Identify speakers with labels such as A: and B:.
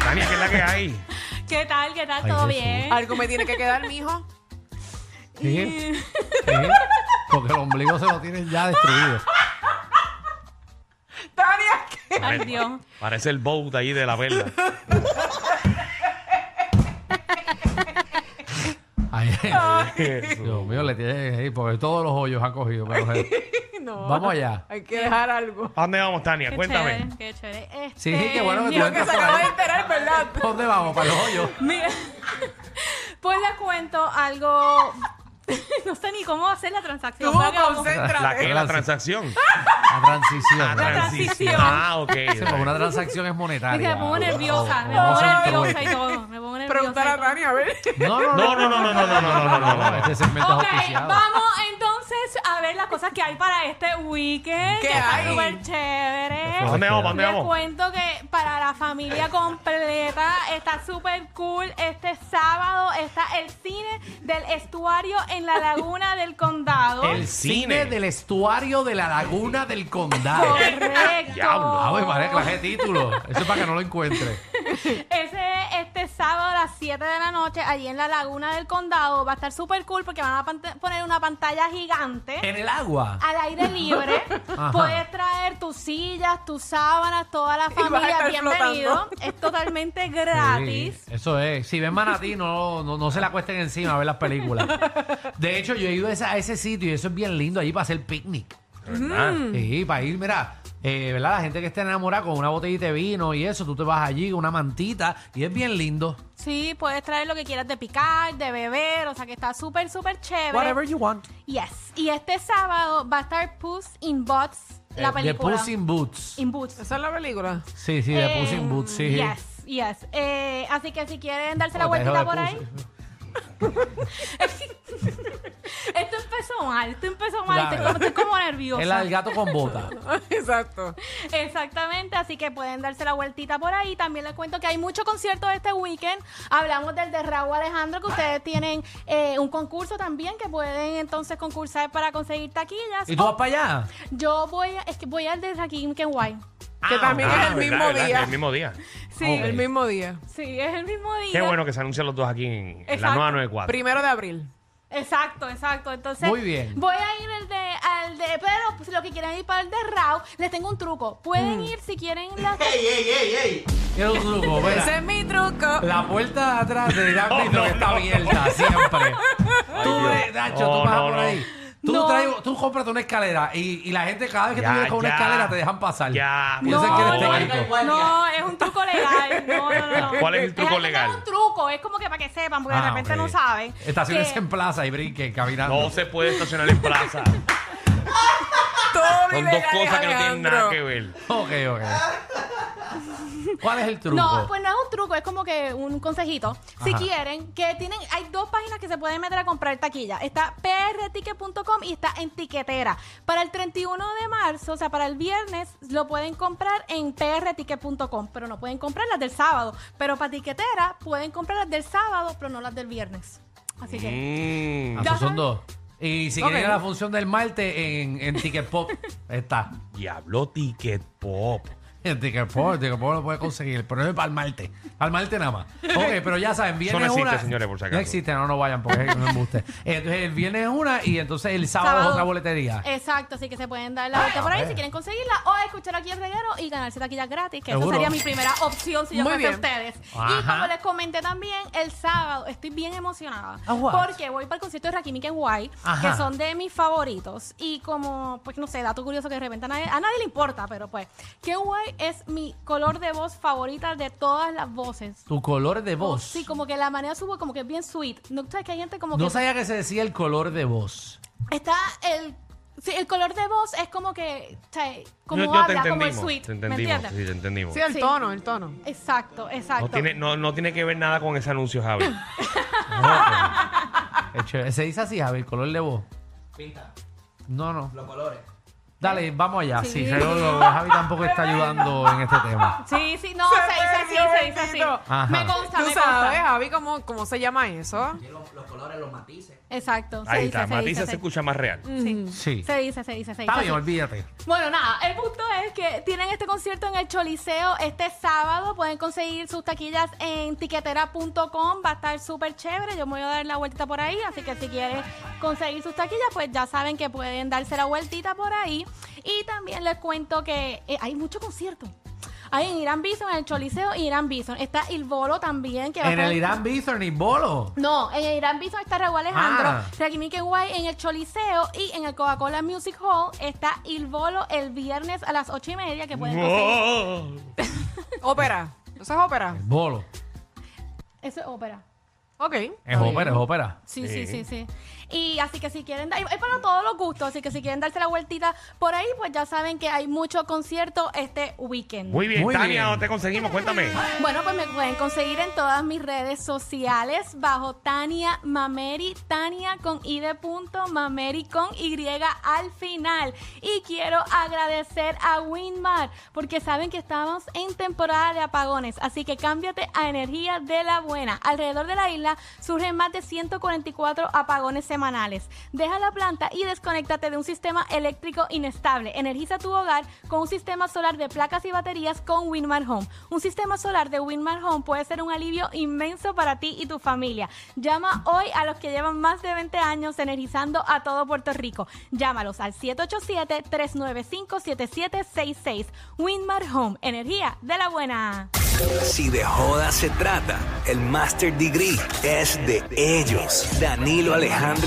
A: Tania, ¿qué es la que hay?
B: ¿Qué tal? ¿Qué tal?
A: Ay,
B: ¿Todo
A: Jesús.
B: bien?
C: Algo me tiene que quedar, mijo.
B: Y-
D: ¿Qué? ¿Qué? Porque el ombligo se lo tienen ya destruido.
C: Tania, ¿qué?
B: Ay, Dios.
A: Parece el boat ahí de la perla.
D: Ay,
A: Jesús.
D: Dios mío, le tienen ahí, porque todos los hoyos han cogido. pero, eh,
C: No.
D: Vamos allá.
C: Hay que dejar algo.
A: ¿A dónde vamos, Tania?
B: Qué
A: Cuéntame.
B: chévere, qué chévere. Este,
D: Sí, qué bueno que tú
B: mira,
C: Lo que se
D: por
C: acaba
D: ahí.
C: de enterar, ¿verdad?
D: ¿Dónde vamos? Para los hoyos.
B: Mira, pues les cuento algo. no sé ni cómo hacer la transacción.
C: Tuvo
B: pero que vamos-
A: La que
C: concéntrate.
A: es la transacción.
D: La
A: La
D: transición.
B: trans- transición.
A: Ah, ok.
D: Sí, porque una transacción es monetaria.
B: Mira, me pongo nerviosa, me
D: O- o
B: pongo
D: cosas
B: nerviosa y
D: que-
B: todo. Me pongo nerviosa.
C: Preguntar
B: y
C: a
B: todo.
C: Tania, a ver.
D: No, no,
A: No, no, no, no, no, no, no, no, no, no, no.
D: Este segmento
B: Ok,
D: es auspiciado.
B: vamos entonces a ver las cosas que hay para este weekend.
C: ¿Qué
B: que está
C: hay?
B: súper chévere.
A: ¿A dónde vamos? ¿A dónde
B: Les
A: vamos?
B: cuento que para la familia completa está súper cool. Este sábado está el cine del estuario en la laguna del condado.
D: El cine del estuario de la laguna del condado.
B: Correcto.
A: Diablo.
D: Ave María, clase de título. Eso es para que no lo encuentre.
B: Ese, este sábado a las 7 de la noche, allí en la laguna del condado, va a estar súper cool porque van a pant- poner una pantalla gigante.
D: En el agua.
B: al aire libre.
D: Ajá.
B: Puedes traer tus sillas, tus sábanas, toda la
C: vas a
B: familia.
C: estar
B: Bienvenido.
C: flotando.
B: Es totalmente
D: Sí,
B: gratis.
D: eso es. Si ven manatí, no, no, no se la cuesten encima a ver las películas. De hecho, yo he ido a ese, a ese sitio y eso es bien lindo allí para hacer picnic.
A: ¿Verdad?
B: Mm.
D: Sí, para ir, mira, eh, ¿verdad? La gente que está enamorada con una botellita de vino y eso, tú te vas allí con una mantita y es bien lindo.
B: Sí, puedes traer lo que quieras de picar, de beber. O sea que está súper, súper chévere.
D: you want.
B: Yes. Y este sábado va a estar Puss in Bots, la
D: Eh, de
B: película.
D: Puss in Boots.
B: in Boots.
C: Esa es la película.
D: Sí, sí, de
B: Eh,
D: Puss in Boots, sí.
B: Yes, yes. Eh, así que si quieren darse la
D: Porque te
B: vueltita
D: dejo
B: por
D: de
B: ahí.
D: Puss-
B: Esto empezó mal, esto empezó mal.
D: Claro.
B: Estoy como, estoy como nerviosa.
D: Es la del gato con bota.
C: Exacto.
B: Exactamente, así que pueden darse la vueltita por ahí. También les cuento que hay muchos conciertos este weekend. Hablamos del de Raúl Alejandro, que ustedes tienen eh, un concurso también que pueden entonces concursar para conseguir taquillas.
D: ¿Y tú
B: O-
D: vas para allá?
B: yo voy, a- es que voy al de Rakim Kenway.
C: Que
A: Ah,
C: también es el mismo día.
A: El mismo día.
B: Sí,
D: Ok.
C: El mismo día.
B: sí, es el mismo día.
A: Qué bueno que se anuncian los dos aquí en, en la
B: Exacto.
A: 994.
C: Primero de abril.
B: Exacto, exacto. Entonces,
D: Muy bien.
B: voy a ir el de, al de, pero pues, los que quieran ir para el de Raúl, les tengo un truco.
A: Mm.
B: Pueden ir si quieren las
D: Quiero un truco, mira.
C: Ese es mi truco.
D: La puerta de atrás de David
A: Oh, No, no, no.
D: está abierta siempre. tú,
A: Dios.
D: eh, Nacho,
A: No,
D: tú vas
A: no,
D: por
A: no.
D: ahí. Tú,
B: No.
D: traes- tú compras una escalera y, y la gente cada vez que tú
A: Ya,
D: vienes con una
A: ya.
D: escalera te dejan pasar.
A: Ya,
D: Por eso
B: No,
D: es que
B: no,
D: eres técnico.
B: No, es un truco legal. No, no, no.
A: ¿Cuál es el truco
B: algo-
A: legal?
B: Es un truco, es como que para que sepan, porque de
D: Ah,
B: repente
D: ok.
B: no saben.
D: Estaciones
B: que-
D: en plaza y brinquen caminando.
A: No se puede estacionar en plaza.
C: Todo
A: Son
C: ilegal,
A: dos cosas que no tienen nada
C: Alejandro.
A: que ver.
D: Ok, ok. ¿Cuál es el truco? Ah,
B: No, pues no es un truco, es como que un consejito. Si
D: Ajá.
B: quieren, que tienen, hay dos páginas que se pueden meter a comprar taquilla. Está prticket.com y está en tiquetera. Para el 31 de marzo, o sea, para el viernes, lo pueden comprar en prticket.com, pero no pueden comprar las del sábado. Pero para tiquetera pueden comprar las del sábado, pero no las del viernes. Así que.
A: Mm,
D: Ah,
B: Ya
D: pues son
B: saben.
D: dos. Y si
C: Ok.
D: quieren ir a la función del Marte en, en Ticket Pop, está.
A: Mm. Diablo Ticket Pop.
D: En Ticket Pop, Ticket Pop lo puede conseguir, pero no es para el Marte. Al Marte nada más. Ok, pero ya saben, viernes
A: Eso no existe,
D: una.
A: señores, por si acaso.
D: No existe, no, no vayan porque es un embuste. Entonces el viernes es una y entonces el sábado, es otra boletería.
B: Exacto, así que se pueden dar la vuelta por ahí
D: ok.
B: si quieren conseguirla o escuchar aquí el reguero y ganarse taquillas gratis, que
D: Seguro.
B: esa sería mi primera opción si yo
C: Muy
B: fuese a
C: bien.
B: ustedes. Y
D: Ajá.
B: como les comenté también, el sábado estoy bien emocionada
D: Ah, what?
B: porque voy para el concierto de Rakimi Kenway,
D: Ajá.
B: que son de mis favoritos. Y como, pues no sé, dato curioso que de repente a nadie, a nadie le importa, pero pues, Kenway es mi color de voz favorita de todas las voces.
D: Tu color de voz.
B: Oh, Sí, como que la manera de su voz, como que es bien sweet. No sabes que hay gente como
D: no
B: que
D: sabía que se decía el color de voz.
B: Está el. sí, el color de voz es como que. o sea, Como
A: Yo- yo
B: habla, como el sweet.
A: te
B: ¿Me
A: entendimos.
B: entiendes?
A: Sí, te entendimos.
C: Sí, el
B: Sí.
C: tono, el tono.
B: Exacto, exacto.
A: No tiene, no, no tiene que ver nada con ese anuncio, Javi.
D: Es chévere. Se dice así, Javi, el color de voz. Pinta. No, no. Los colores. Dale, vamos allá. Sí,
B: Sí.
D: seguro, Javi tampoco está ayudando en este tema.
B: Sí, sí, no,
C: Se
B: se dice así,
C: perdió,
B: se dice así.
C: bendito.
D: Ajá.
B: Me consta,
C: ¿Tú
B: me
C: sabes,
B: consta.
C: Javi, cómo, cómo se llama eso?
E: Los, los colores, los matices.
B: Exacto. se
A: Ahí
B: dice,
A: está,
B: se
A: Matices
B: dice,
A: se
B: se-
A: escucha más real.
B: Sí.
D: Sí.
B: Se dice, se dice, se dice.
D: Está bien,
B: así.
D: olvídate.
B: Bueno, nada, el punto es que tienen este concierto en el Choliseo este sábado. Pueden conseguir sus taquillas en tiquetera.com. Va a estar súper chévere. Yo me voy a dar la vueltita por ahí. Así que si quieres conseguir sus taquillas, pues ya saben que pueden darse la vueltita por ahí. Y también les cuento que eh, hay mucho concierto. Hay en Irán Bison, en el Choliseo, Irán Bison. Está Il Bolo también. Que va a
D: En
B: estar-
D: el Irán Bithorn y Bolo.
B: no, en el Irán Bison está Raúl Alejandro,
D: Ah.
B: Raquimí Kenway en el Choliseo y en el Coca-Cola Music Hall está Il Bolo el viernes a las ocho y media que pueden conseguir.
A: Wow.
C: Ópera. ¿Eso es ópera?
D: Bolo.
B: Eso es ópera.
C: Ok.
D: Es ópera, es ópera.
B: Sí, sí,
A: Sí.
B: sí, sí. Y así que si quieren, hay, hay para todos los gustos, así que si quieren darse la vueltita por ahí, pues ya saben que hay mucho concierto este weekend.
A: Muy bien,
D: Muy
A: Tania,
D: bien.
A: ¿dónde te conseguimos? Cuéntame.
B: Bueno, pues me pueden conseguir en todas mis redes sociales bajo Tania Mameri, Tania con I de punto, Mameri con Y al final. Y quiero agradecer a Winmar porque saben que estamos en temporada de apagones, así que cámbiate a energía de la buena. Alrededor de la isla surgen más de 144 apagones semanales. Deja la planta y desconéctate de un sistema eléctrico inestable. Energiza tu hogar con un sistema solar de placas y baterías con Winmar Home. Un sistema solar de Winmar Home puede ser un alivio inmenso para ti y tu familia. Llama hoy a los que llevan más de 20 años energizando a todo Puerto Rico. Llámalos al 787-395-7766. Winmar Home, energía de la buena.
F: Si de joda se trata, el Master Degree es de ellos. Danilo Alejandro